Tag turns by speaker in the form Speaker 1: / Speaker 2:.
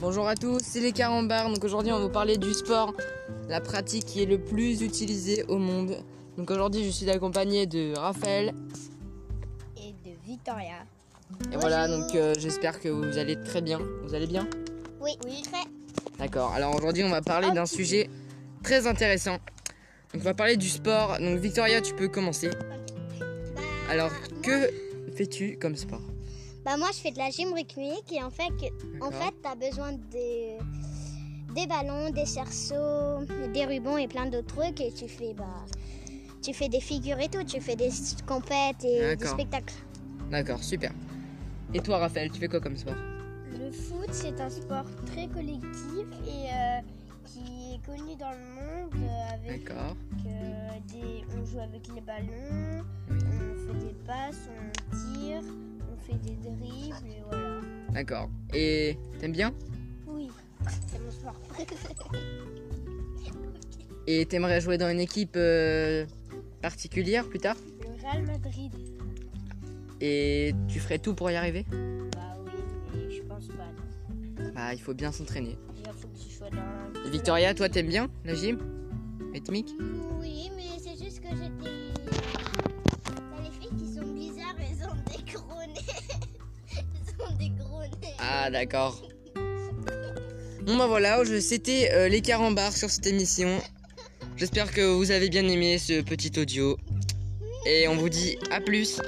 Speaker 1: Bonjour à tous, c'est les carambars. Donc aujourd'hui, on va vous parler du sport, la pratique qui est le plus utilisée au monde. Donc aujourd'hui, je suis accompagné de Raphaël.
Speaker 2: et de Victoria.
Speaker 1: Et voilà, donc euh, j'espère que vous allez très bien. Vous allez bien
Speaker 2: Oui, très.
Speaker 1: D'accord. Alors aujourd'hui, on va parler d'un sujet très intéressant. Donc on va parler du sport. Donc Victoria, tu peux commencer. Alors que fais-tu comme sport
Speaker 2: Bah moi je fais de la gym rythmique et en fait, que- en
Speaker 1: D'accord.
Speaker 2: fait t'as besoin des, des ballons, des cerceaux, des rubans et plein d'autres trucs et tu fais bah tu fais des figures et tout, tu fais des compètes et des
Speaker 1: D'accord.
Speaker 2: spectacles.
Speaker 1: D'accord, super. Et toi, Raphaël, tu fais quoi comme sport
Speaker 2: Le foot c'est un sport très collectif et euh, qui est connu dans le monde euh, avec
Speaker 1: D'accord.
Speaker 2: euh, des, on joue avec les ballons,
Speaker 1: Oui.
Speaker 2: on fait des passes, on tire, on fait des dribbles et voilà.
Speaker 1: D'accord. Et t'aimes bien
Speaker 2: Oui, c'est mon sport.
Speaker 1: Et t'aimerais jouer dans une équipe euh, particulière plus tard
Speaker 2: Le Real Madrid.
Speaker 1: Et tu ferais tout pour y arriver
Speaker 2: Bah oui, mais je pense pas.
Speaker 1: Bah, il faut bien s'entraîner.
Speaker 2: Il faut que je sois dans.
Speaker 1: Et Victoria, toi, t'aimes bien la gym Rythmique
Speaker 2: Oui, mais c'est juste que j'étais. T'as les filles qui sont bizarres, elles ont des gros nez. elles ont des gros nez.
Speaker 1: Ah, d'accord. Bon, bah voilà, je- c'était euh, l'écart en barre sur cette émission. J'espère que vous avez bien aimé ce petit audio. Et on vous dit à plus